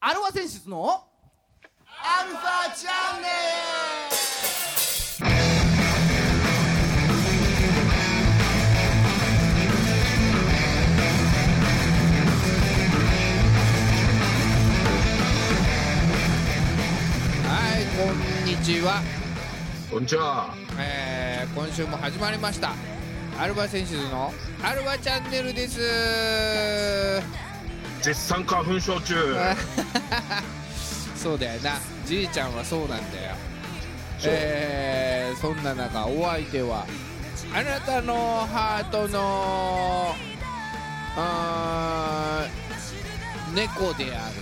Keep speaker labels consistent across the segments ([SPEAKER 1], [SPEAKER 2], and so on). [SPEAKER 1] 和選出のアルファチャンネ
[SPEAKER 2] はいこんにちは、
[SPEAKER 3] こんにちは。
[SPEAKER 2] えー今週も始まりましたアルバ選手のアルバチャンネルです
[SPEAKER 3] 絶賛花粉症中。
[SPEAKER 2] そうだよなじいちゃんはそうなんだよえーそんな中お相手はあなたのハートのあー猫である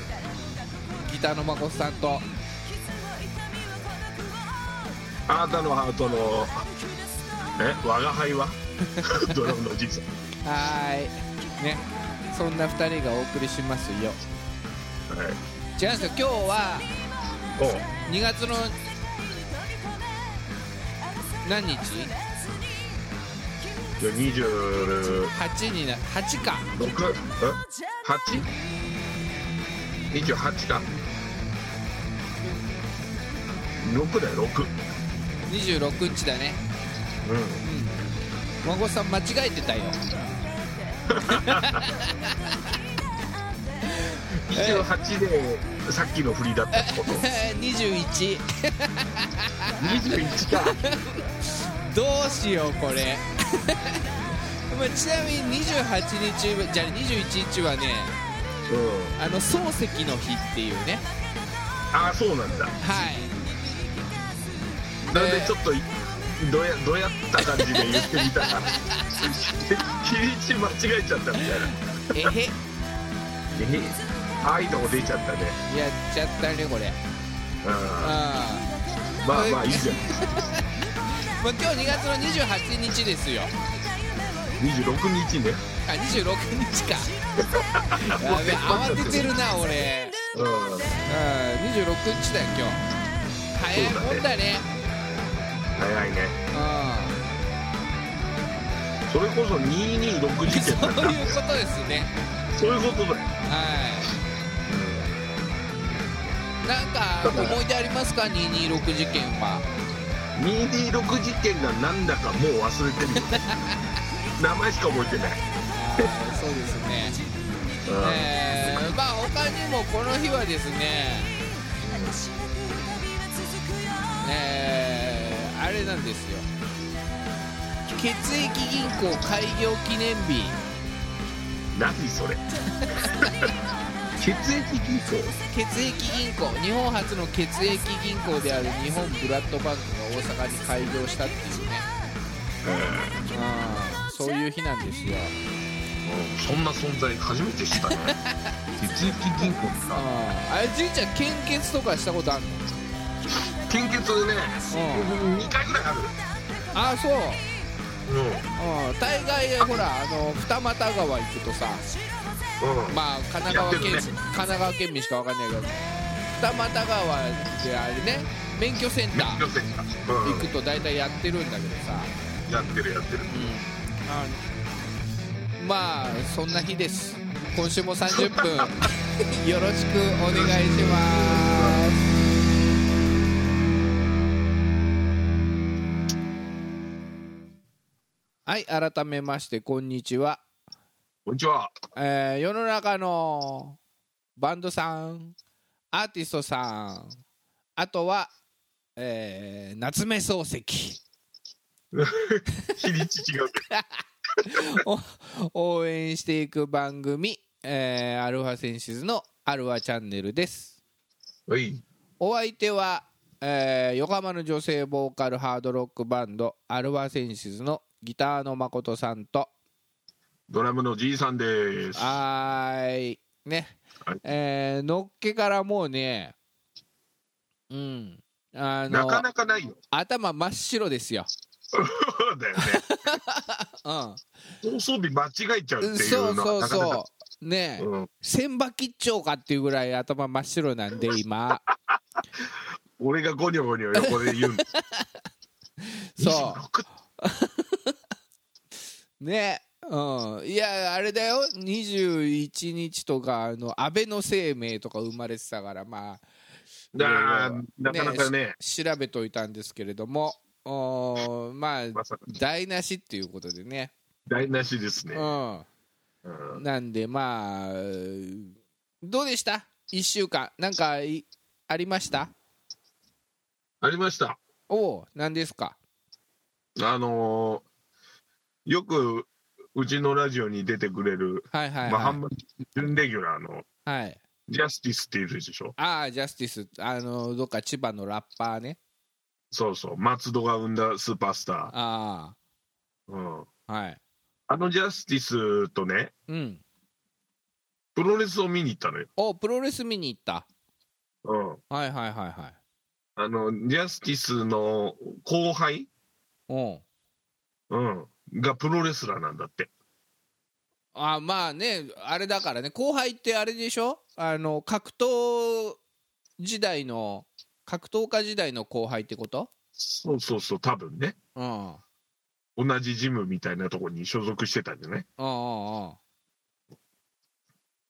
[SPEAKER 2] ギターのまこさんと
[SPEAKER 3] あなたのハートの。え、我が輩は。 ドラムのおじいさん。
[SPEAKER 2] はーいねそんな2人がお送りしますよ
[SPEAKER 3] はい。
[SPEAKER 2] 違うんですよ今日は
[SPEAKER 3] おう。
[SPEAKER 2] 2月の何日
[SPEAKER 3] じゃ、二十
[SPEAKER 2] ?8 にな8か
[SPEAKER 3] 六。ん八。二十八か。六だよ、六。うん。
[SPEAKER 2] 26日だね孫さん間違えてたよ
[SPEAKER 3] 二十八で、さっきの振りだったってこと。
[SPEAKER 2] 21
[SPEAKER 3] 二十一か。
[SPEAKER 2] どうしようこれ まあちなみに28日はじゃあ21日はね
[SPEAKER 3] うん。
[SPEAKER 2] あの漱石の日っていうね
[SPEAKER 3] ああ、そうなんだ。
[SPEAKER 2] はい
[SPEAKER 3] なんでちょっといどやどやった感じで言ってみたら日にち間違えちゃったみたいな
[SPEAKER 2] えへ
[SPEAKER 3] えああいうとこ出ちゃったね
[SPEAKER 2] やっちゃったねこれあ
[SPEAKER 3] あーまあまあいいじゃん
[SPEAKER 2] ー、まあ、今日2月の28日ですよ
[SPEAKER 3] 26日ね
[SPEAKER 2] あ26日 かやべ慌ててるな俺
[SPEAKER 3] うん
[SPEAKER 2] うん26日だよ今日早いもんだね
[SPEAKER 3] 早いね
[SPEAKER 2] う
[SPEAKER 3] それこそ226
[SPEAKER 2] ん
[SPEAKER 3] 事件だ
[SPEAKER 2] そういう
[SPEAKER 3] な
[SPEAKER 2] ことですね
[SPEAKER 3] そういうことだよ
[SPEAKER 2] はいなんか思い出ありますか226事件は
[SPEAKER 3] 226事件がなんだかもう忘れてるよ名前しか覚えてな
[SPEAKER 2] あ
[SPEAKER 3] い
[SPEAKER 2] ーそうですねえー、まあ他にもこの日はですねえー、あれなんですよ血液銀行開業記念日
[SPEAKER 3] うん何それ血液銀行
[SPEAKER 2] 血液銀行日本初の血液銀行である日本ブラッドバンクが大阪に開業したっていうねうんそういう日なんですよ
[SPEAKER 3] うんそんな存在初めて知ったね血液銀行って
[SPEAKER 2] うん
[SPEAKER 3] さ
[SPEAKER 2] あれじいちゃん献血とかしたことあるの
[SPEAKER 3] 献血ね、2回ぐらいある
[SPEAKER 2] ああそう
[SPEAKER 3] うん
[SPEAKER 2] うん大概ほらあの二俣川行くとさ
[SPEAKER 3] うん
[SPEAKER 2] まあ神奈川県
[SPEAKER 3] やってる
[SPEAKER 2] 神
[SPEAKER 3] ね
[SPEAKER 2] 奈川県民しかわかんないけど二俣川であれね免許センタ
[SPEAKER 3] 免許
[SPEAKER 2] ー
[SPEAKER 3] センター
[SPEAKER 2] 行
[SPEAKER 3] う
[SPEAKER 2] くと大体やってるんだけどさ、
[SPEAKER 3] んやってるやってる
[SPEAKER 2] あのまあそんな日です今週も30分 よろしくお願いしますはい改めましてこんにちは、
[SPEAKER 3] こんにちは
[SPEAKER 2] えー世の中のバンドさんアーティストさんあとは、えー夏目漱石
[SPEAKER 3] 日にち違う
[SPEAKER 2] お 応援していく番組、えーアルファセンシズのアルファチャンネルです
[SPEAKER 3] はい
[SPEAKER 2] お相手は、えー横浜の女性ボーカルハードロックバンドアルファセンシズのギターの誠さんと
[SPEAKER 3] ドラムのじいさんです
[SPEAKER 2] はーいね、
[SPEAKER 3] はい
[SPEAKER 2] えーのっけからもうねうんあの
[SPEAKER 3] なかなかないよ
[SPEAKER 2] 頭真っ白ですよ、
[SPEAKER 3] そうだよね
[SPEAKER 2] うん、
[SPEAKER 3] 放送日間違えちゃうっていうの
[SPEAKER 2] そうそ
[SPEAKER 3] は
[SPEAKER 2] う
[SPEAKER 3] なかなか
[SPEAKER 2] そうねえ
[SPEAKER 3] うん
[SPEAKER 2] 千葉吉兆かっていうぐらい頭真っ白なんで今
[SPEAKER 3] 俺がゴニョゴニョ横で言うんです
[SPEAKER 2] そう
[SPEAKER 3] 26
[SPEAKER 2] ねうん、いやあれだよ21日とかあの安倍の生命とか生まれてたからまあ
[SPEAKER 3] なあ
[SPEAKER 2] ね
[SPEAKER 3] なかなかね
[SPEAKER 2] し調べといたんですけれどもおーまあ
[SPEAKER 3] まさか
[SPEAKER 2] 台無しっていうことでね、
[SPEAKER 3] 台無しですね、
[SPEAKER 2] う
[SPEAKER 3] うん
[SPEAKER 2] ん、なんでまあどうでした1週間なんかいありました
[SPEAKER 3] ありました
[SPEAKER 2] おお何ですか
[SPEAKER 3] あのーよくうちのラジオに出てくれる、
[SPEAKER 2] はいはい
[SPEAKER 3] ま
[SPEAKER 2] は
[SPEAKER 3] あ、半分準レギュラーの
[SPEAKER 2] い、はい、
[SPEAKER 3] ジャスティスっていうでしょ
[SPEAKER 2] ああジャスティスあのどっか千葉のラッパーね
[SPEAKER 3] そうそう松戸が生んだスーパースタ
[SPEAKER 2] あ
[SPEAKER 3] ー、うん、
[SPEAKER 2] あはい
[SPEAKER 3] あのジャスティスとね
[SPEAKER 2] うん
[SPEAKER 3] プロレスを見に行ったのよ、
[SPEAKER 2] おプロレス見に行った
[SPEAKER 3] うん、
[SPEAKER 2] はいはいはいはい
[SPEAKER 3] あのジャスティスの後輩、
[SPEAKER 2] うん
[SPEAKER 3] うん、がプロレスラーなんだって
[SPEAKER 2] あまあねあれだからね後輩ってあれでしょあの格闘時代の格闘家時代の後輩ってこと
[SPEAKER 3] そうそうそう多分ね
[SPEAKER 2] うんうん
[SPEAKER 3] 同じジムみたいなとこに所属してたんじゃない
[SPEAKER 2] うんうん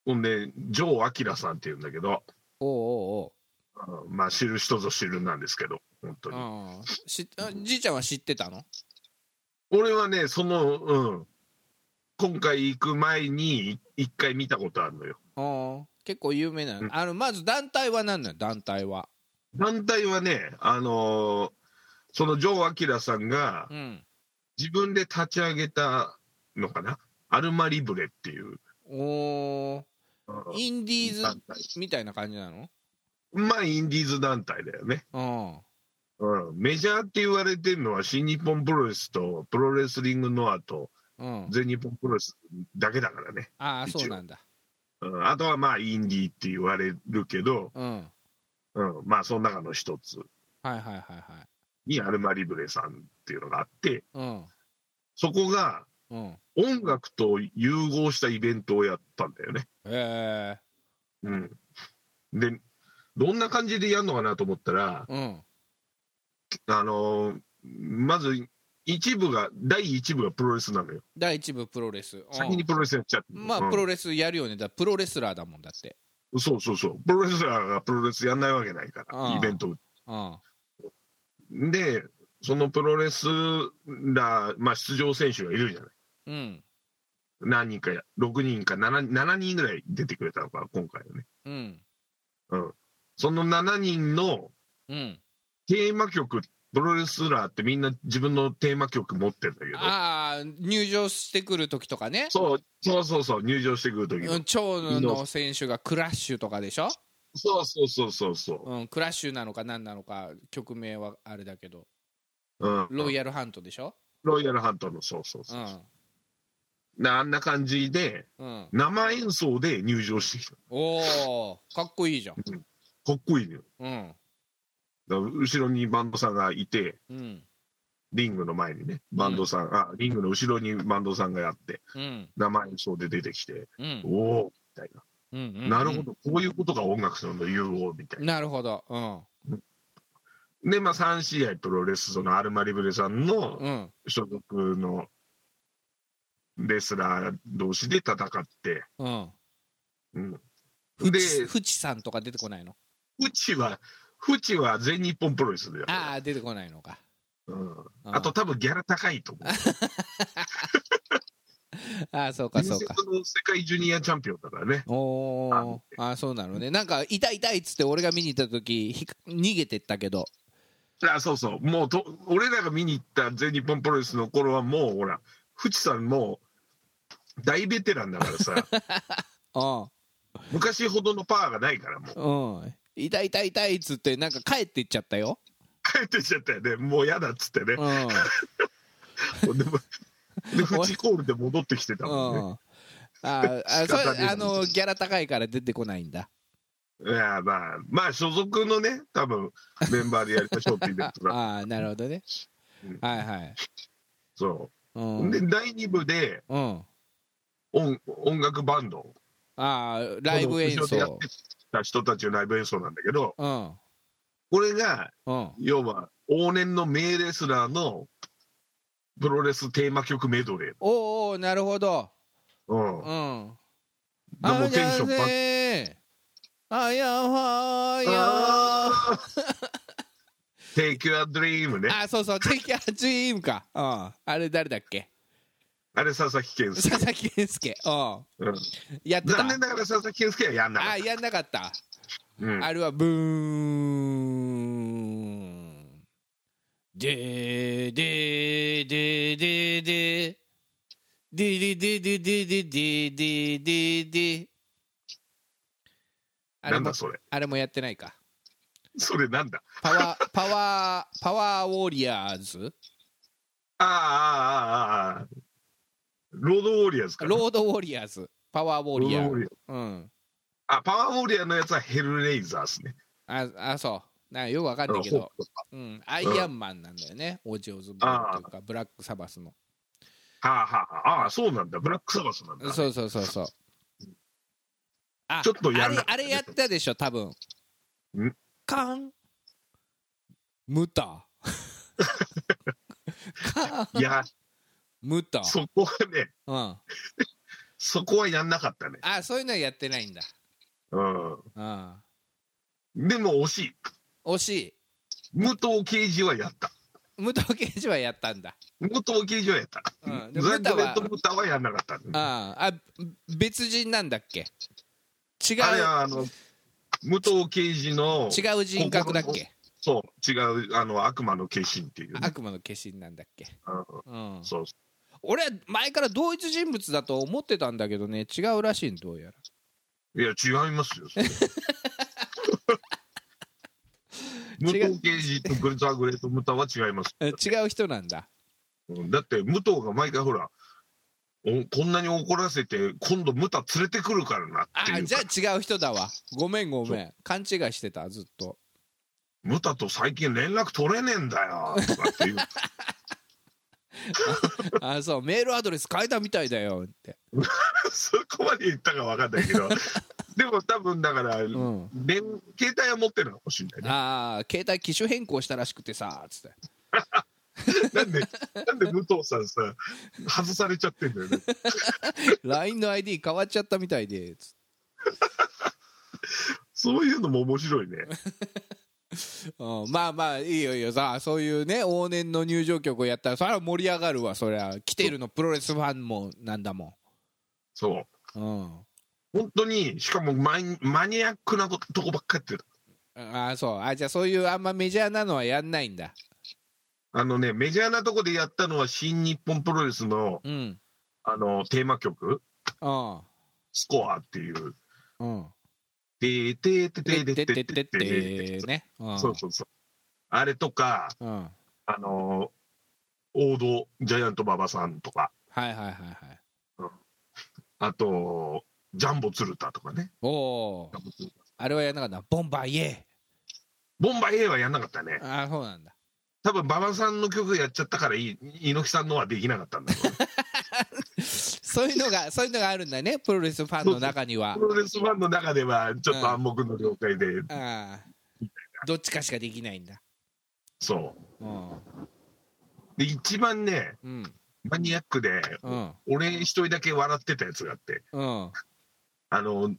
[SPEAKER 3] ほんでジョー・アキラさんっていうんだけど、
[SPEAKER 2] おうおう
[SPEAKER 3] うんまあ知る人ぞ知るなんですけど本当
[SPEAKER 2] おう、う
[SPEAKER 3] に、
[SPEAKER 2] ん、しあじいちゃんは知ってたの
[SPEAKER 3] 俺はねそのうん今回行く前にい一回見たことあるのよ
[SPEAKER 2] うん結構有名な
[SPEAKER 3] うん
[SPEAKER 2] のあのまず団体は何なの団体は
[SPEAKER 3] 団体はねあのーそのジョー・アキラさんが
[SPEAKER 2] うん
[SPEAKER 3] 自分で立ち上げたのかなアルマリブレっていう、
[SPEAKER 2] おー
[SPEAKER 3] うん
[SPEAKER 2] インディー
[SPEAKER 3] 団
[SPEAKER 2] ズ
[SPEAKER 3] 体
[SPEAKER 2] みたいな感じなの
[SPEAKER 3] まあインディーズ団体だよね
[SPEAKER 2] うん
[SPEAKER 3] うん、メジャーって言われてるのは新日本プロレスとプロレスリングノアと
[SPEAKER 2] うん
[SPEAKER 3] 全日本プロレスだけだからね、
[SPEAKER 2] ああそうなんだ
[SPEAKER 3] うん、あとはまあインディーって言われるけど、
[SPEAKER 2] うん
[SPEAKER 3] うん、まあその中の一つ
[SPEAKER 2] はいはいはいはい
[SPEAKER 3] にアルマリブレさんっていうのがあって
[SPEAKER 2] うん
[SPEAKER 3] そこが
[SPEAKER 2] うん
[SPEAKER 3] 音楽と融合したイベントをやったんだよね、
[SPEAKER 2] へえ
[SPEAKER 3] うん、でどんな感じでやるのかなと思ったら、
[SPEAKER 2] うん
[SPEAKER 3] あのーまず一部が第一部がプロレスなのよ
[SPEAKER 2] 第一部プロレスうん
[SPEAKER 3] 先にプロレスやっちゃって、
[SPEAKER 2] ま
[SPEAKER 3] う
[SPEAKER 2] あ
[SPEAKER 3] ん
[SPEAKER 2] プロレスやるよねだプロレスラーだもんだって
[SPEAKER 3] そうそうそう、プロレスラーがプロレスやんないわけないか
[SPEAKER 2] ああ
[SPEAKER 3] ら、イベント。
[SPEAKER 2] うん
[SPEAKER 3] で、そのプロレスラー、まあ、出場選手がいるじゃない。
[SPEAKER 2] うん
[SPEAKER 3] 何人かや、6人か 7, 7人ぐらい出てくれたのか、今回はね。
[SPEAKER 2] うん
[SPEAKER 3] うん。その7人の
[SPEAKER 2] うん
[SPEAKER 3] テーマ曲、プロレスラーってみんな自分のテーマ曲持ってるんだけど、
[SPEAKER 2] ああ入場してくる時とかね
[SPEAKER 3] そうそうそうそう、入場してくるとき
[SPEAKER 2] う
[SPEAKER 3] の
[SPEAKER 2] ん、長野の選手がクラッシュとかでしょ、
[SPEAKER 3] そうそうそうそうそ
[SPEAKER 2] うん、クラッシュなのか何なのか曲名はあれだけど
[SPEAKER 3] う、うん、
[SPEAKER 2] ロイヤルハントでしょ
[SPEAKER 3] ロイヤルハントの、そうそう
[SPEAKER 2] う
[SPEAKER 3] そう、
[SPEAKER 2] ん
[SPEAKER 3] であんな感じで、
[SPEAKER 2] うん
[SPEAKER 3] 生演奏で入場してきた。
[SPEAKER 2] おおかっこいいじゃん
[SPEAKER 3] かっこいいね。
[SPEAKER 2] うん
[SPEAKER 3] だから後ろにバンドさんがいて、
[SPEAKER 2] うん
[SPEAKER 3] リングの前にね、バンドさん、あ、リングの後ろにバンドさんがやって、
[SPEAKER 2] うん
[SPEAKER 3] 名前そうで出てきて、
[SPEAKER 2] うん
[SPEAKER 3] おおみたいな、
[SPEAKER 2] うんうん
[SPEAKER 3] なるほど、こういうことが音楽との融合みたい
[SPEAKER 2] なるほどうん
[SPEAKER 3] な。で、まあ、3試合プロレス、そのアルマリブレさんの
[SPEAKER 2] うん
[SPEAKER 3] 所属のレスラー同士で戦って、
[SPEAKER 2] うん
[SPEAKER 3] うん。
[SPEAKER 2] ふ
[SPEAKER 3] で、
[SPEAKER 2] ちふちさんとか出てこないの
[SPEAKER 3] フチは、フチは全日本プロレスだよ。
[SPEAKER 2] ああ出てこないのか
[SPEAKER 3] うん、
[SPEAKER 2] うん
[SPEAKER 3] あと多分ギャラ高いと思う。
[SPEAKER 2] ああそうか
[SPEAKER 3] 伝
[SPEAKER 2] そう
[SPEAKER 3] 説
[SPEAKER 2] か
[SPEAKER 3] の世界ジュニアチャンピオンだからね。
[SPEAKER 2] おー
[SPEAKER 3] あ
[SPEAKER 2] あーそうなのねなんか痛い痛いっつって俺が見に行った時ひか逃げてったけど
[SPEAKER 3] あそうそう、もうと俺らが見に行った全日本プロレスの頃は、もうほら、淵さん、もう大ベテランだか らさ、
[SPEAKER 2] うん
[SPEAKER 3] 昔ほどのパワーがないから、もう
[SPEAKER 2] うん痛い痛い痛いっつってなんか帰っていっちゃったよ
[SPEAKER 3] 帰ってきちゃったよね、もう嫌だっつってね
[SPEAKER 2] う、ん
[SPEAKER 3] で もで、淵コールで戻ってきてた
[SPEAKER 2] う
[SPEAKER 3] もんね。
[SPEAKER 2] んあーあそ
[SPEAKER 3] 仕方ねえ
[SPEAKER 2] れあのギャラ高いから出てこないんだ
[SPEAKER 3] いやまあ、まあ、所属のね、多分メンバーでやりましょうってイベン
[SPEAKER 2] あ
[SPEAKER 3] トだ
[SPEAKER 2] あーなるほどね
[SPEAKER 3] うん
[SPEAKER 2] はいはい
[SPEAKER 3] そうう。
[SPEAKER 2] ん
[SPEAKER 3] で、第2部で
[SPEAKER 2] うん
[SPEAKER 3] 音音楽バンド、
[SPEAKER 2] あーライブ演
[SPEAKER 3] 後ろでやっ
[SPEAKER 2] 奏
[SPEAKER 3] てた人たちのライブ演奏なんだけど、
[SPEAKER 2] うん
[SPEAKER 3] これが
[SPEAKER 2] うん
[SPEAKER 3] 要は往年の名レスラーのプロレステーマ曲メドレー。
[SPEAKER 2] おうおうなるほど
[SPEAKER 3] うん。
[SPEAKER 2] う
[SPEAKER 3] で
[SPEAKER 2] ん
[SPEAKER 3] もテンションパン。
[SPEAKER 2] ンあやはや
[SPEAKER 3] あー Take your dream ね。
[SPEAKER 2] あそうそうチェキアチームか、うん、あれ誰だっけ
[SPEAKER 3] あれ佐々木健介。
[SPEAKER 2] 佐 々木健介、う
[SPEAKER 3] うん
[SPEAKER 2] ん、やってた
[SPEAKER 3] 残念ながら佐々木健介はやんなかっ
[SPEAKER 2] あやんなかった、
[SPEAKER 3] た。うん
[SPEAKER 2] あれはブーンでーでーでーでーでーでーでーでーでーでーでーでーでーあ
[SPEAKER 3] な
[SPEAKER 2] れ
[SPEAKER 3] ん
[SPEAKER 2] も
[SPEAKER 3] だそれ。
[SPEAKER 2] あれもやってないか
[SPEAKER 3] それなんだ。
[SPEAKER 2] パワー、パワー、パワーウォリアーズ
[SPEAKER 3] ああああああああ。ロードウォリアーズかな。
[SPEAKER 2] ロードウォリアーズ。パワーウォリア
[SPEAKER 3] ロードウォ
[SPEAKER 2] ー。
[SPEAKER 3] リアーズ
[SPEAKER 2] うん。
[SPEAKER 3] あ、パワーウォリアーのやつはヘルレイザーですね。
[SPEAKER 2] あ、あ、そう。なんかよくわかんないけど、うん。アイアンマンなんだよね。オージーオズボーンというか、ブラックサバスの。
[SPEAKER 3] はあはあはあ、ああ、そうなんだ。ブラックサバスなんだ。
[SPEAKER 2] そうそうそうそう。あ、
[SPEAKER 3] ちょっとや
[SPEAKER 2] あ
[SPEAKER 3] ん
[SPEAKER 2] れ
[SPEAKER 3] なか、った
[SPEAKER 2] あれやったでしょ、多分。カン。ムタ。カン。
[SPEAKER 3] いや、
[SPEAKER 2] ムタ。
[SPEAKER 3] そこはね、
[SPEAKER 2] うん。
[SPEAKER 3] そこはやんなかったね。
[SPEAKER 2] あ、そういうのはやってないんだ。
[SPEAKER 3] う
[SPEAKER 2] うん。
[SPEAKER 3] ん。でも惜しい。
[SPEAKER 2] 惜しい。
[SPEAKER 3] 武藤刑事はやった。
[SPEAKER 2] 武藤刑事はやったんだ。
[SPEAKER 3] 武藤刑事はやった。
[SPEAKER 2] うんで
[SPEAKER 3] ザ・
[SPEAKER 2] 武藤
[SPEAKER 3] グレ
[SPEAKER 2] は
[SPEAKER 3] ート・ムタはやんなかった。あ
[SPEAKER 2] あああ別人なんだっけ違う
[SPEAKER 3] れは、あの、武藤刑事の、
[SPEAKER 2] 違う人格だっけ
[SPEAKER 3] そう、違う、あの、悪魔の化身っていうね、
[SPEAKER 2] 悪魔の化身なんだっけ、
[SPEAKER 3] う
[SPEAKER 2] うん
[SPEAKER 3] ん、、そう。
[SPEAKER 2] 俺は前から同一人物だと思ってたんだけどね違うらしいんどうやら
[SPEAKER 3] いや、違いますよ。それ武
[SPEAKER 2] 違う
[SPEAKER 3] 藤刑事とグレート・グレート・ムタは違います。
[SPEAKER 2] え違う人なんだ
[SPEAKER 3] うんだって、武藤が毎回ほら、おこんなに怒らせて、今度ムタ連れてくるからなってい
[SPEAKER 2] あ
[SPEAKER 3] う
[SPEAKER 2] じ
[SPEAKER 3] か
[SPEAKER 2] ゃあ違う人だわごめんごめん勘違いしてたずっと
[SPEAKER 3] ムタと最近連絡取れねえんだよとかっていう。
[SPEAKER 2] あそうメールアドレス変えたみたいだよって
[SPEAKER 3] そこまで言ったか分かんないけど、でも多分だから、
[SPEAKER 2] ん
[SPEAKER 3] 連携帯は持ってるのかもしれないね。
[SPEAKER 2] ああ携帯機種変更したらしくてさつって
[SPEAKER 3] なんで、なんで武藤さんさ、外されちゃってんだよね。
[SPEAKER 2] LINE の ID 変わっちゃったみたいでつって
[SPEAKER 3] そういうのも面白いね。
[SPEAKER 2] うん、まあまあいいよいいよさあそういうね往年の入場曲をやったらそれは盛り上がるわそりゃ来てるのプロレスファンもなんだも
[SPEAKER 3] そう。
[SPEAKER 2] ん、うん、
[SPEAKER 3] 本当に、しかもマニマニアックなこととこばっかやってる。
[SPEAKER 2] ああそうあじゃあそういうあんまメジャーなのはやんないんだ
[SPEAKER 3] あのね、メジャーなとこでやったのは、新日本プロレスの
[SPEAKER 2] うん
[SPEAKER 3] あのテーマ曲、
[SPEAKER 2] うん
[SPEAKER 3] スコアっていう。
[SPEAKER 2] うん
[SPEAKER 3] でーてーて
[SPEAKER 2] で
[SPEAKER 3] ーて
[SPEAKER 2] で
[SPEAKER 3] ー
[SPEAKER 2] で
[SPEAKER 3] てー
[SPEAKER 2] で
[SPEAKER 3] てーてーて
[SPEAKER 2] で
[SPEAKER 3] ー
[SPEAKER 2] ねうん
[SPEAKER 3] そうそうそう。あれとか、
[SPEAKER 2] うんはい
[SPEAKER 3] あの王道ジャイアント馬場さんとか、
[SPEAKER 2] はいはいはい
[SPEAKER 3] あと、ジャンボ鶴田とかね。
[SPEAKER 2] おお
[SPEAKER 3] ジャンボ鶴田
[SPEAKER 2] あれはやんなかったボンバーイエ
[SPEAKER 3] ボンバイ A はやんなかったね
[SPEAKER 2] ー。ああそうなんだ
[SPEAKER 3] 多分馬場さんの曲やっちゃったからいい、猪木さんのはできなかったんだろうね
[SPEAKER 2] そういうのがそういうのがあるんだねプロレスファンの中には
[SPEAKER 3] プロレスファンの中では、ちょっと暗黙の了解で、
[SPEAKER 2] ああどっちかしかできないんだ
[SPEAKER 3] そ
[SPEAKER 2] うん
[SPEAKER 3] う。で、一番ね、
[SPEAKER 2] うん
[SPEAKER 3] マニアックで、
[SPEAKER 2] うん
[SPEAKER 3] 俺一人だけ笑ってたやつがあって、
[SPEAKER 2] うん
[SPEAKER 3] あの、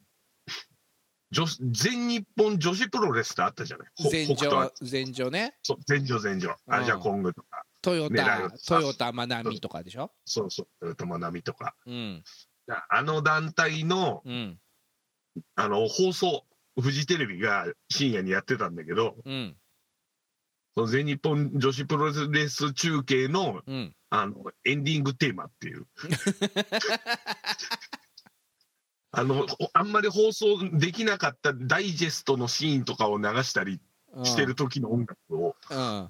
[SPEAKER 3] 女子全日本女子プロレスってあったじゃない。ほ
[SPEAKER 2] 全
[SPEAKER 3] 北斗
[SPEAKER 2] 場全場ね
[SPEAKER 3] そう全女全女。アジャコングとか、
[SPEAKER 2] トヨ
[SPEAKER 3] 狙い
[SPEAKER 2] タ
[SPEAKER 3] を
[SPEAKER 2] トヨタマナミとかでしょ
[SPEAKER 3] そうそう、友波とか。
[SPEAKER 2] うん
[SPEAKER 3] あの団体の
[SPEAKER 2] うん
[SPEAKER 3] あの放送、フジテレビが深夜にやってたんだけど、
[SPEAKER 2] うん
[SPEAKER 3] その全日本女子プロレス中継の
[SPEAKER 2] うん
[SPEAKER 3] あのエンディングテーマっ ていう。あのおあんまり放送できなかったダイジェストのシーンとかを流したり
[SPEAKER 2] うん
[SPEAKER 3] してる時の音楽を、
[SPEAKER 2] うんあ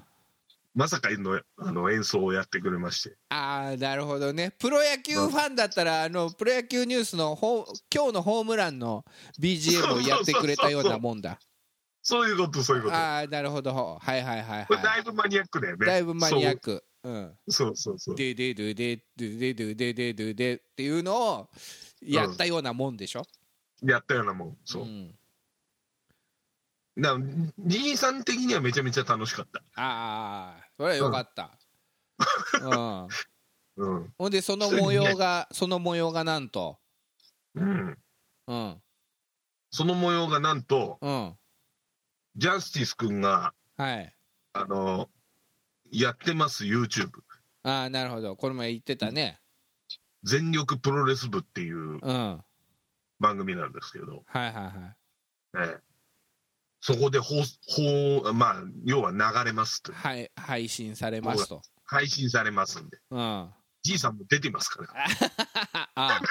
[SPEAKER 3] まさかのあの演奏をやってくれまして、
[SPEAKER 2] あなるほどねプロ野球ファンだったらあのプロ野球ニュースのほう今日のホームランの BGM をやってくれたようなもんだ
[SPEAKER 3] そういうこと、そういうこと、
[SPEAKER 2] ああなるほどはいはいはい
[SPEAKER 3] これだ
[SPEAKER 2] はい
[SPEAKER 3] ぶマニアックだよ
[SPEAKER 2] い
[SPEAKER 3] ね。
[SPEAKER 2] だいぶマニアックうん
[SPEAKER 3] そうそうそうそう
[SPEAKER 2] ででででででででででっていうのをやったようなもんでしょ
[SPEAKER 3] やったようなもん、そう。
[SPEAKER 2] ん
[SPEAKER 3] な、じいさん的にはめちゃめちゃ楽しかった。
[SPEAKER 2] ああそれはよかったうん、
[SPEAKER 3] うん。
[SPEAKER 2] ほんでその模様がその模様がなんと
[SPEAKER 3] うん。
[SPEAKER 2] うん
[SPEAKER 3] その模様がなんと、
[SPEAKER 2] うん
[SPEAKER 3] ジャスティス君が、
[SPEAKER 2] はい
[SPEAKER 3] あの、やってます、YouTube。
[SPEAKER 2] ああなるほどこれも言ってたね
[SPEAKER 3] 全力プロレス部っていう
[SPEAKER 2] うんはい
[SPEAKER 3] 番組なんですけど、
[SPEAKER 2] はいはい
[SPEAKER 3] ね、そこで放、放、まあ、要は流れますと。
[SPEAKER 2] はい配信されますと
[SPEAKER 3] 配信されますんで。
[SPEAKER 2] うん
[SPEAKER 3] じいさんも出てますから。
[SPEAKER 2] あ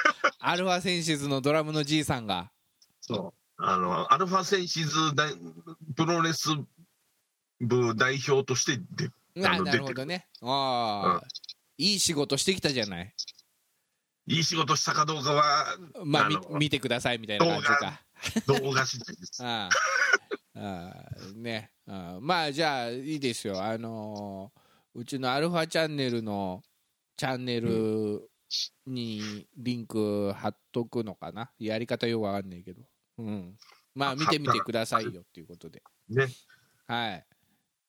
[SPEAKER 2] アルファセンシズのドラムのじいさんが
[SPEAKER 3] そう。あの、アルファセンシズ大プロレス部代表として出
[SPEAKER 2] あ
[SPEAKER 3] あの
[SPEAKER 2] なるほどねああ、いい仕事してきたじゃない
[SPEAKER 3] いい仕事したかどうかは
[SPEAKER 2] まあみ
[SPEAKER 3] あの
[SPEAKER 2] 見てくださいみたいな感じ
[SPEAKER 3] 動
[SPEAKER 2] か
[SPEAKER 3] 動画次第 です。
[SPEAKER 2] ああああねああまあじゃあいいですよあのーうちのアルファチャンネルのチャンネルにリンク貼っとくのかなやり方よくわかんないけど、うん、まあ見てみてくださいよっていうことで
[SPEAKER 3] ね。
[SPEAKER 2] はい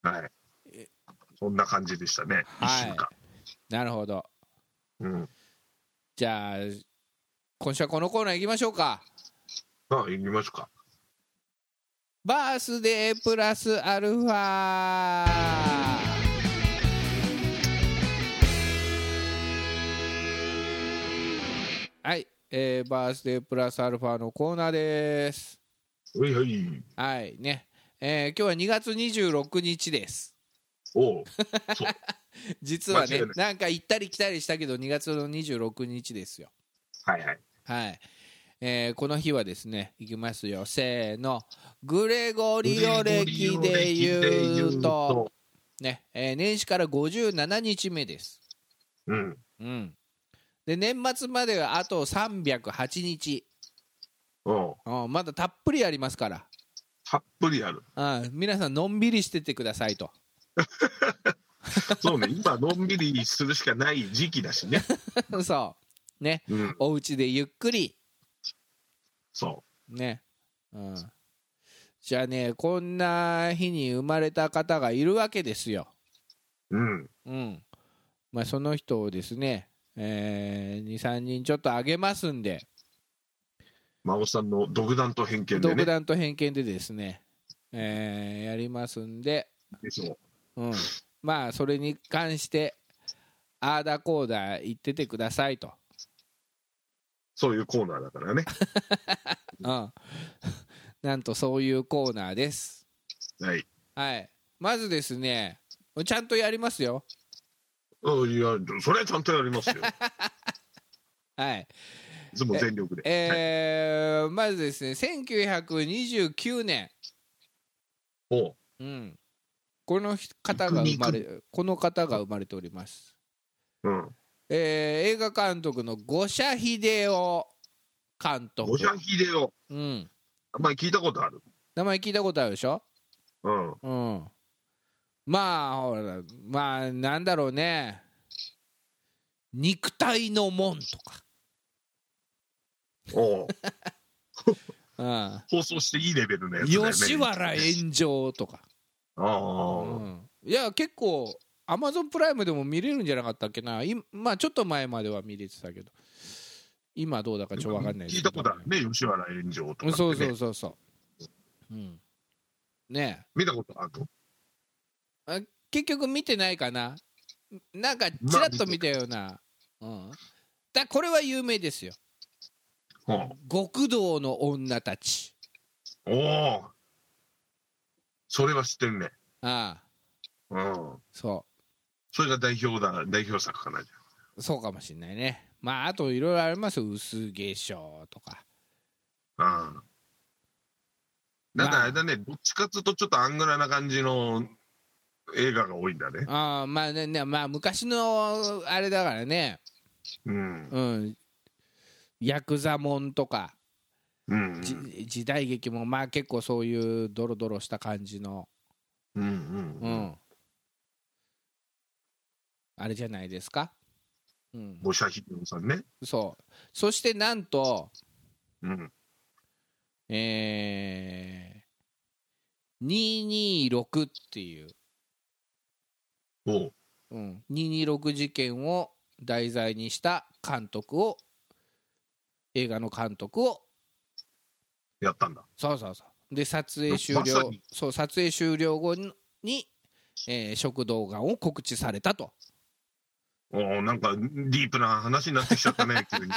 [SPEAKER 3] はい
[SPEAKER 2] え。
[SPEAKER 3] そんな感じでしたね。一
[SPEAKER 2] はい
[SPEAKER 3] 週間。
[SPEAKER 2] なるほど
[SPEAKER 3] うん。
[SPEAKER 2] じゃあ今週はこのコーナー行きましょうか
[SPEAKER 3] まあ、行きましょうか。
[SPEAKER 2] バースデープラスアルファはい、えーバースデープラスアルファのコーナーです
[SPEAKER 3] はいはい。
[SPEAKER 2] はいね、えー今日は2月26日です
[SPEAKER 3] おう。そう。
[SPEAKER 2] 実は
[SPEAKER 3] 間違
[SPEAKER 2] ね
[SPEAKER 3] いない
[SPEAKER 2] なんか行ったり来たりしたけど2月の26日ですよ
[SPEAKER 3] はいはい。
[SPEAKER 2] はい、えーこの日はですねいきますよせーのグレゴリオ歴で言うと。ねえー年始から57日目です、
[SPEAKER 3] うん。
[SPEAKER 2] うん、で年末まではあと308日、
[SPEAKER 3] おう
[SPEAKER 2] うん、まだたっぷりありますから、
[SPEAKER 3] たっぷりある。
[SPEAKER 2] うん、皆さんのんびりしててくださいと
[SPEAKER 3] そうね。今、のんびりするしかない時期だしね。
[SPEAKER 2] そうね
[SPEAKER 3] うん。
[SPEAKER 2] お家でゆっくり
[SPEAKER 3] そ
[SPEAKER 2] ね、うん、じゃあねこんな日に生まれた方がいるわけですよ
[SPEAKER 3] う。うん。
[SPEAKER 2] うんまあ、その人をですね、えー、23人ちょっと上げますんで
[SPEAKER 3] 孫さんの独断と偏見で
[SPEAKER 2] 独
[SPEAKER 3] ね。
[SPEAKER 2] 断と偏見でですね、えーやりますんで、
[SPEAKER 3] でしょ
[SPEAKER 2] うん、まあそれに関してあーだこーだ言っててくださいと、
[SPEAKER 3] そういうコーナーだからね。
[SPEAKER 2] うん、 なんとそういうコーナーです、
[SPEAKER 3] はい。
[SPEAKER 2] はい、まずですねちゃんとやりますよ、
[SPEAKER 3] うんいや、それはちゃんとやりますよ。
[SPEAKER 2] はい
[SPEAKER 3] いつも全力で。
[SPEAKER 2] えーまずですね1929年
[SPEAKER 3] おう
[SPEAKER 2] うん、このひ方が生まれこの方が生まれております、
[SPEAKER 3] うん。
[SPEAKER 2] えー映画監督の五社秀夫監督
[SPEAKER 3] 五社秀夫。
[SPEAKER 2] うん、
[SPEAKER 3] あんまり聞いたことある。
[SPEAKER 2] 名前聞いたことあるでしょ、
[SPEAKER 3] うん。
[SPEAKER 2] うん、まあほらまあなんだろうね肉体の門と
[SPEAKER 3] おう
[SPEAKER 2] か、
[SPEAKER 3] 放送していいレベルの
[SPEAKER 2] う
[SPEAKER 3] や
[SPEAKER 2] ん、
[SPEAKER 3] つだよね。
[SPEAKER 2] 吉原炎上とか、
[SPEAKER 3] あ
[SPEAKER 2] う
[SPEAKER 3] あ、
[SPEAKER 2] ん、いや結構アマゾンプライムでも見れるんじゃなかったっけな今まあちょっと前までは見れてたけど今どうだかちょっとわかんない
[SPEAKER 3] 聞いたことあるね、吉原炎上とか、ね。
[SPEAKER 2] そうそうそうそう、うん、ねえ
[SPEAKER 3] 見たことあるの
[SPEAKER 2] 結局見てないかななんかちらっと見たような、うん、だこれは有名ですよ
[SPEAKER 3] ほ
[SPEAKER 2] 極道の女たち
[SPEAKER 3] うおお。それは知ってるね。
[SPEAKER 2] ああ
[SPEAKER 3] うん。
[SPEAKER 2] そ
[SPEAKER 3] それが代表だ、代表作かな。
[SPEAKER 2] うそうかもしんないねまああといろいろありますよ薄化粧とか
[SPEAKER 3] うん。なんかあれだね、どっちかっつうとちょっとアングラな感じの映画が多いんだね。
[SPEAKER 2] ああまあねねまあ昔のあれだからね
[SPEAKER 3] うん。
[SPEAKER 2] うんヤクザもんとか、
[SPEAKER 3] うん。
[SPEAKER 2] じ時代劇もまあ結構そういうドロドロした感じの
[SPEAKER 3] うん。う
[SPEAKER 2] う
[SPEAKER 3] ん。うん。
[SPEAKER 2] ん、あれじゃないですか、うん、
[SPEAKER 3] 五社秀夫さんね。
[SPEAKER 2] そうそしてなんと、
[SPEAKER 3] うん。
[SPEAKER 2] えー、226っていう、
[SPEAKER 3] おう。
[SPEAKER 2] ううん、226事件を題材にした監督を映画の監督を
[SPEAKER 3] やったんだ。
[SPEAKER 2] そうそうそうで撮影終
[SPEAKER 3] まさ
[SPEAKER 2] 了
[SPEAKER 3] に
[SPEAKER 2] そう撮影終了後に、えー食道がんを告知されたと
[SPEAKER 3] おーなんかディープな話になってきちゃった ね、急に。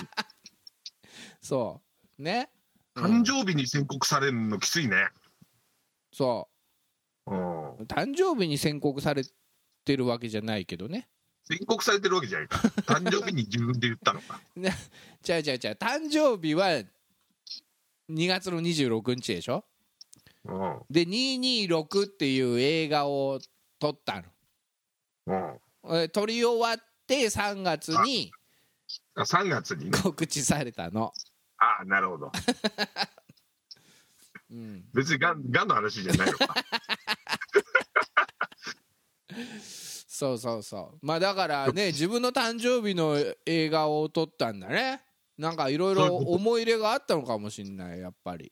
[SPEAKER 2] そうね
[SPEAKER 3] 誕生日に宣告されるのきついね。
[SPEAKER 2] そ
[SPEAKER 3] うん
[SPEAKER 2] う誕生日に宣告されてるわけじゃないけどね
[SPEAKER 3] 宣告されてるわけじゃないから。誕生日に自分で言ったのか。
[SPEAKER 2] じゃあじゃあじゃあ誕生日は2月の26日でしょ
[SPEAKER 3] うん
[SPEAKER 2] で226っていう映画を撮ったの
[SPEAKER 3] うん
[SPEAKER 2] えー撮り終わって3月に
[SPEAKER 3] あ3月にね。
[SPEAKER 2] 告知されたの、
[SPEAKER 3] ああ、なるほど。
[SPEAKER 2] うん、
[SPEAKER 3] 別にがんがんの話じゃないのか。
[SPEAKER 2] そうそうそうまあだからね自分の誕生日の映画を撮ったんだねなんかいろいろ
[SPEAKER 3] そういうこと
[SPEAKER 2] 思い入れがあったのかもしんないやっぱり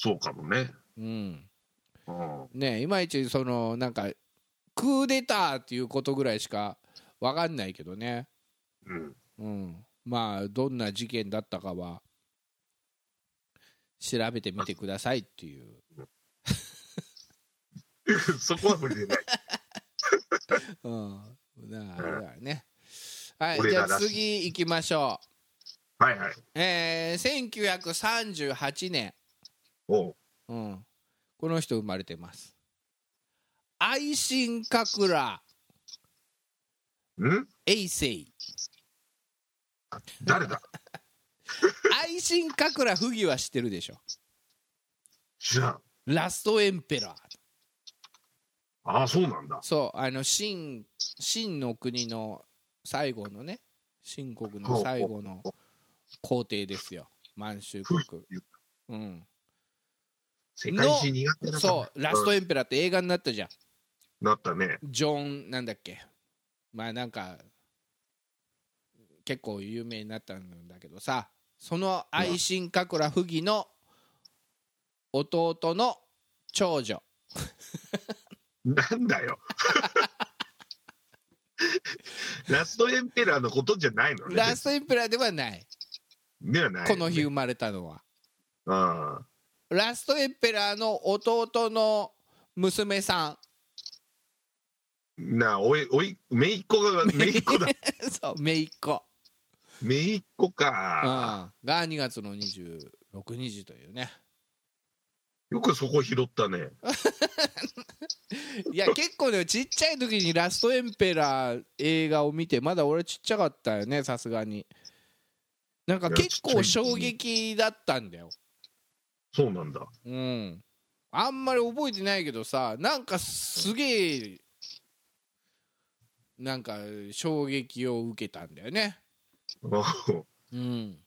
[SPEAKER 3] そうかもね。
[SPEAKER 2] うん
[SPEAKER 3] うん
[SPEAKER 2] ねいまいちそのなんかクーデターっていうことぐらいしかわかんないけどね
[SPEAKER 3] うん。
[SPEAKER 2] うんまあどんな事件だったかは調べてみてくださいっていう
[SPEAKER 3] そこは無理でない。
[SPEAKER 2] うん、なあれだよね。はい、
[SPEAKER 3] 俺
[SPEAKER 2] じゃ
[SPEAKER 3] ら
[SPEAKER 2] あ
[SPEAKER 3] らしい
[SPEAKER 2] 次行きましょ
[SPEAKER 3] はいはい。
[SPEAKER 2] う。えー、1938年、
[SPEAKER 3] おう
[SPEAKER 2] うん、この人生まれてます。愛新覚羅
[SPEAKER 3] ん
[SPEAKER 2] 永世。
[SPEAKER 3] 誰だ
[SPEAKER 2] 愛新覚羅不義は知ってるでしょ。
[SPEAKER 3] 知らん。
[SPEAKER 2] ラストエンペラー。
[SPEAKER 3] ああ、そうなんだ。
[SPEAKER 2] そう、あの、秦、秦の国の最後のね、秦国の最後の皇帝ですよ。満州国。うん。
[SPEAKER 3] 世界史苦手だから
[SPEAKER 2] そう、ラストエンペラーって映画になったじゃん。
[SPEAKER 3] うんなったね。
[SPEAKER 2] ジョンなんだっけまあなんか結構有名になったんだけどさその愛新覚羅不義の弟の長女
[SPEAKER 3] なんだよ。 ラストエンペラーのことじゃないのね。
[SPEAKER 2] ラストエンペラーではない
[SPEAKER 3] ではない、
[SPEAKER 2] この日。生まれたのは
[SPEAKER 3] あ
[SPEAKER 2] ラストエンペラーの弟の娘さ
[SPEAKER 3] あ。なあ、おい、おい、めいっ 子が、めいっ子だ。
[SPEAKER 2] ん そう姪っ子、
[SPEAKER 3] めいっ子
[SPEAKER 2] うん、
[SPEAKER 3] か。
[SPEAKER 2] が2月の26日というね
[SPEAKER 3] よくそこ拾ったね。
[SPEAKER 2] いや結構ねちっちゃい時に「ラストエンペラー」映画を見てまだ俺ちっちゃかったよねさすがになんか
[SPEAKER 3] いや
[SPEAKER 2] 結構
[SPEAKER 3] ちっちゃい
[SPEAKER 2] 衝撃だったんだよ
[SPEAKER 3] そうなんだ。
[SPEAKER 2] うんあんまり覚えてないけどさなんかすげえなんか衝撃を受けたんだよねうん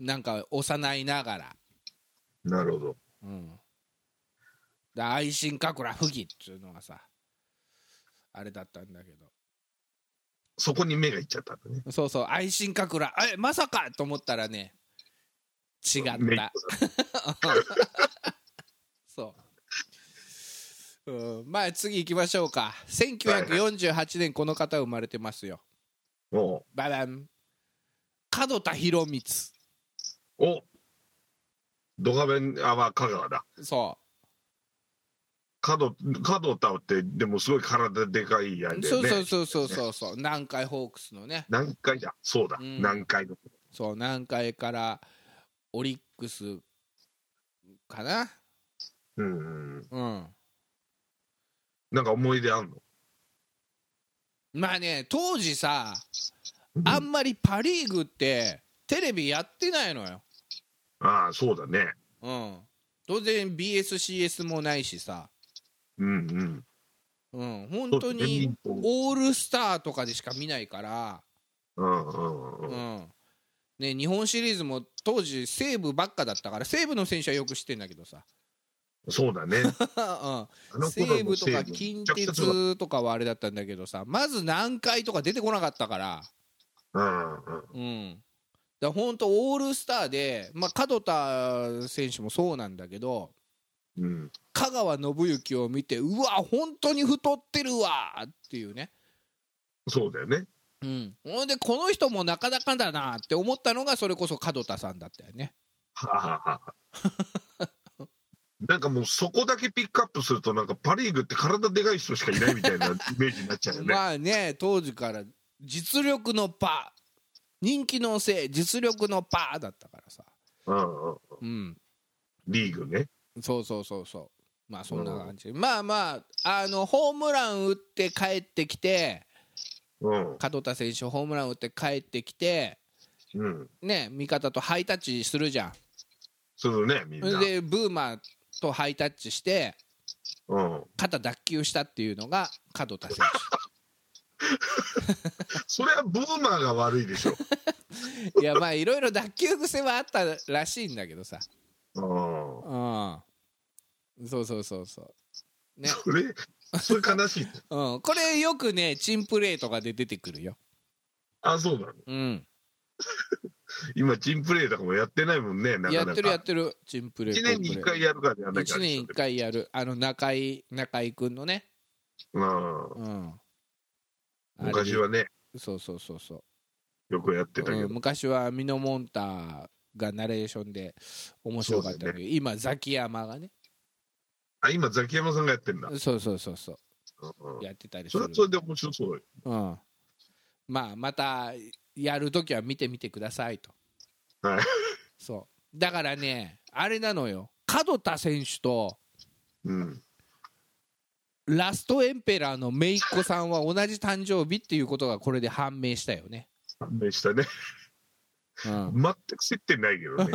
[SPEAKER 2] なんか幼いながら
[SPEAKER 3] なるほど。
[SPEAKER 2] うんだ愛心かこら不義っていうのがさあれだったんだけど
[SPEAKER 3] そこに目がいっちゃったんだね。
[SPEAKER 2] そうそう、愛心かくら、え、まさかと思ったらね、違っ。
[SPEAKER 3] めいった 子だ
[SPEAKER 2] そう。うん、まあ次行きましょうか1948年この方生まれてますよ
[SPEAKER 3] お
[SPEAKER 2] ババン門田博光
[SPEAKER 3] お。ドカベン、あ、まあ、香川だ。
[SPEAKER 2] そ
[SPEAKER 3] 角、角田って、でもすごい体でかいや
[SPEAKER 2] う、
[SPEAKER 3] んだ
[SPEAKER 2] そ
[SPEAKER 3] よ
[SPEAKER 2] う
[SPEAKER 3] ね。
[SPEAKER 2] そうそうそうそうそう南海ホークスのね
[SPEAKER 3] 南海だ。そうだ。
[SPEAKER 2] うん
[SPEAKER 3] 南海の。
[SPEAKER 2] そう南海からオリックスかな
[SPEAKER 3] うんうん。
[SPEAKER 2] うん
[SPEAKER 3] なんか思い出あんの
[SPEAKER 2] まあね当時さあんまりパ・リーグってテレビやってないのよ。
[SPEAKER 3] ああ、そうだね。
[SPEAKER 2] うん、当然 BSCS もないしさ、
[SPEAKER 3] うんうん。
[SPEAKER 2] うん、本当に
[SPEAKER 3] そうだね
[SPEAKER 2] オールスターとかでしか見ないから、
[SPEAKER 3] うんうんう
[SPEAKER 2] うん
[SPEAKER 3] うん。
[SPEAKER 2] んね、日本シリーズも当時西武ばっかだったから西武の選手はよく知ってんだけどさ、
[SPEAKER 3] そうだね。あ
[SPEAKER 2] うん、
[SPEAKER 3] の
[SPEAKER 2] 西武と
[SPEAKER 3] 頃の
[SPEAKER 2] か
[SPEAKER 3] 西武
[SPEAKER 2] 近
[SPEAKER 3] めちゃくちゃ強かっ
[SPEAKER 2] 鉄とかはあれだったんだけどさまず南海とか出てこなかったから。
[SPEAKER 3] たうんうん。
[SPEAKER 2] うん、だ本当オールスターで、まあ、門田選手もそうなんだけど
[SPEAKER 3] うん。
[SPEAKER 2] 香川信行を見てうわ本当に太ってるわっていうね
[SPEAKER 3] そうだよね。
[SPEAKER 2] うん、ほんでこの人もなかなかだなって思ったのがそれこそ門田さんだったよね
[SPEAKER 3] はあはあはあなんかもうそこだけピックアップするとなんかパ・リーグって体でかい人しかいないみたい なイメージになっちゃうよね。
[SPEAKER 2] まあね当時から実力のパー人気のせい実力のパーだったからさ
[SPEAKER 3] うんうん、
[SPEAKER 2] うん
[SPEAKER 3] リーグね。
[SPEAKER 2] そうそうそうそうまあそんな感じ、まあまああのホームラン打って帰ってきて
[SPEAKER 3] うん
[SPEAKER 2] 門田選手ホームラン打って帰ってきて
[SPEAKER 3] うん、
[SPEAKER 2] ね味方とハイタッチするじゃん
[SPEAKER 3] するねみんな。
[SPEAKER 2] でブーマーとハイタッチして
[SPEAKER 3] うん、
[SPEAKER 2] 肩脱臼したっていうのが門田選手
[SPEAKER 3] それはブーマーが悪いでしょ。
[SPEAKER 2] いやまあいろいろ脱臼癖はあったらしいんだけどさ、
[SPEAKER 3] うん、
[SPEAKER 2] うん、そうそうそうそう、
[SPEAKER 3] それそれ悲しい。
[SPEAKER 2] うん、これよくねチンプレーとかで出てくるよ、
[SPEAKER 3] あそうなの。
[SPEAKER 2] うん、
[SPEAKER 3] 今チンプレーとかもやってないもんねなかなか。
[SPEAKER 2] やってるやってるチンプレー
[SPEAKER 3] 1年に1回やるからやんなきゃ
[SPEAKER 2] 1年1回やるあの中井中井君のね、
[SPEAKER 3] うん、
[SPEAKER 2] うん、
[SPEAKER 3] 昔
[SPEAKER 2] あ
[SPEAKER 3] はね
[SPEAKER 2] れそうそうそうそ
[SPEAKER 3] よくやって
[SPEAKER 2] う、
[SPEAKER 3] たけど、
[SPEAKER 2] うん、昔はミノモンターがナレーションで面白かったんだけど、今ザキヤマがね
[SPEAKER 3] あ今ザキヤマさんがやってんだ、うん
[SPEAKER 2] そうそうそうそう
[SPEAKER 3] うん
[SPEAKER 2] やってたりす
[SPEAKER 3] それ
[SPEAKER 2] る
[SPEAKER 3] はそれで面白そうよ
[SPEAKER 2] うん、まあまたやるときは見てみてくださいと
[SPEAKER 3] はい
[SPEAKER 2] そうだからねあれなのよ門田選手と
[SPEAKER 3] うん
[SPEAKER 2] ラストエンペラーの姪っ子さんは同じ誕生日っていうことがこれで判明したよね、
[SPEAKER 3] 判明したね
[SPEAKER 2] うん
[SPEAKER 3] 全く接点ないけど ね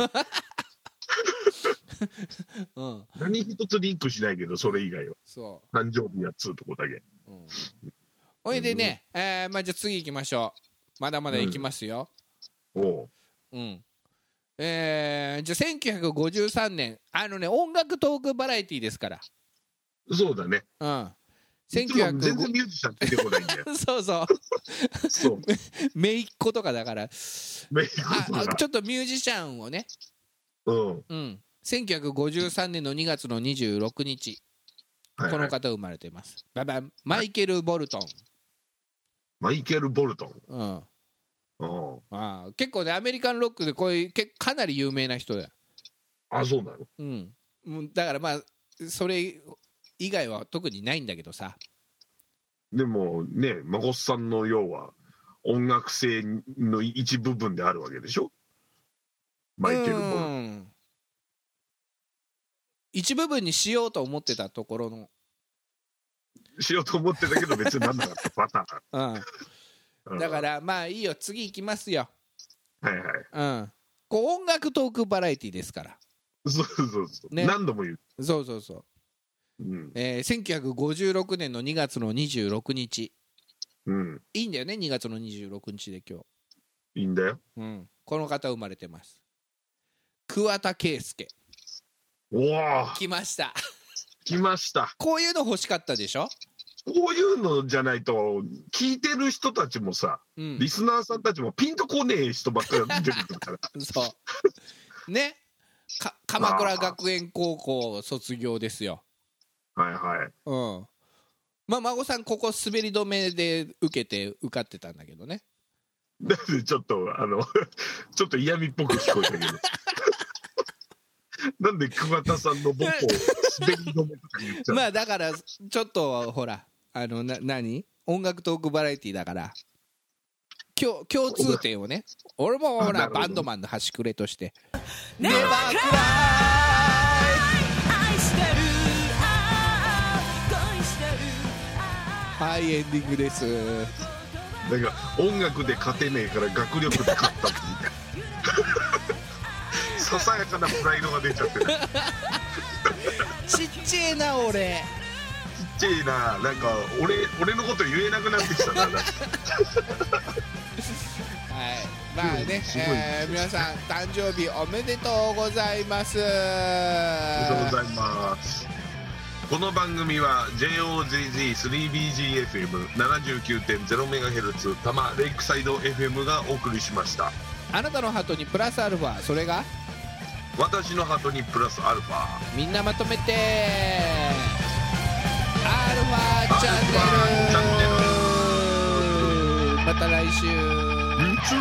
[SPEAKER 2] うん、
[SPEAKER 3] 何一つリンクしないけどそれ以外は
[SPEAKER 2] そ
[SPEAKER 3] 誕生日やつうとこだけ
[SPEAKER 2] う、うん、ほいでね、えーまあ、じゃあ次行きましょうまだまだ行きますよ、
[SPEAKER 3] おう
[SPEAKER 2] うんえーじゃあ1953年あのね音楽トークバラエティーですから、
[SPEAKER 3] そうだね
[SPEAKER 2] うん、
[SPEAKER 3] いつも全然
[SPEAKER 2] 1950
[SPEAKER 3] ミュージシャン出てこないん だよ
[SPEAKER 2] そうそう
[SPEAKER 3] そう
[SPEAKER 2] 姪っ子とかだからあ
[SPEAKER 3] メイクと
[SPEAKER 2] あ
[SPEAKER 3] か
[SPEAKER 2] ちょっとミュージシャンをね、
[SPEAKER 3] うん
[SPEAKER 2] うん、1953年の2月の26日
[SPEAKER 3] はい
[SPEAKER 2] こ
[SPEAKER 3] は
[SPEAKER 2] の
[SPEAKER 3] い、
[SPEAKER 2] 方生まれてます、ババンマイケル・ボルトン、
[SPEAKER 3] マイケル・ボルトン
[SPEAKER 2] うん、あ
[SPEAKER 3] うん
[SPEAKER 2] あ結構ねアメリカンロックでこういうけかなり有名な人だよ、
[SPEAKER 3] あそうなの
[SPEAKER 2] うん、うんだからまあそれ以外は特にないんだけどさ
[SPEAKER 3] でもね孫さんの要は音楽性の一部分であるわけでしょマイケル・ボルトン
[SPEAKER 2] うん一部分にしようと思ってたところの
[SPEAKER 3] しようと思ってたけど別になんなかったパター
[SPEAKER 2] う
[SPEAKER 3] ン
[SPEAKER 2] ん、だかららまあいいよ次行きますよ
[SPEAKER 3] はいはい
[SPEAKER 2] うん、こう音楽トークバラエティですから
[SPEAKER 3] そうそうそう、
[SPEAKER 2] ね
[SPEAKER 3] 何度も言う、
[SPEAKER 2] そうそうそう、
[SPEAKER 3] うん
[SPEAKER 2] えー1956年の2月の26日
[SPEAKER 3] うん、
[SPEAKER 2] いいんだよね2月の26日で今
[SPEAKER 3] いいんだよ
[SPEAKER 2] 日、うん、この方生まれてます桑田佳祐
[SPEAKER 3] おお
[SPEAKER 2] 来ました
[SPEAKER 3] 来ました
[SPEAKER 2] こういうの欲しかったでしょ、
[SPEAKER 3] こういうのじゃないと聞いてる人たちもさ
[SPEAKER 2] うん
[SPEAKER 3] リ、スナーさんたちもピンとこねえ人ばっかり出てく るから
[SPEAKER 2] そうねか鎌倉学園高校卒業ですよ、
[SPEAKER 3] はいはい
[SPEAKER 2] うん、まあ孫さんここ滑り止めで受けて受かってたんだけどね
[SPEAKER 3] だってちょっとあの ちょっと嫌味っぽく聞こえたけどなんで桑田さんの母校滑り止めとか言っちゃう、
[SPEAKER 2] まあだからちょっとほらあのな何音楽トークバラエティだから共共通点をね俺もほ
[SPEAKER 3] あな
[SPEAKER 2] ら
[SPEAKER 3] るほど
[SPEAKER 2] バンドマンの端くれとして「
[SPEAKER 4] Never
[SPEAKER 2] Never Cry
[SPEAKER 4] 愛してるああ恋してる」あ
[SPEAKER 2] はいエンディングです
[SPEAKER 3] なんか音楽で勝てねえから学力で勝ったってみたいな ささやかなプライドが出ちゃってるちっ
[SPEAKER 2] ちっちゃいな俺
[SPEAKER 3] ちゃいななんか俺俺のこと言えなくなってきたななんか
[SPEAKER 2] はいまあね
[SPEAKER 3] すごい
[SPEAKER 2] えー皆さん誕生日おめでとうございます
[SPEAKER 3] ありがとうございますこの番組は JOZZ3BGFM79.0MHz 多摩レイクサイド FM がお送りしました
[SPEAKER 2] あなたのハートにプラスアルファそれが
[SPEAKER 3] 私のハートにプラスアルファ
[SPEAKER 2] みんなまとめてアルファチャンネルまた来週。
[SPEAKER 3] 三つ目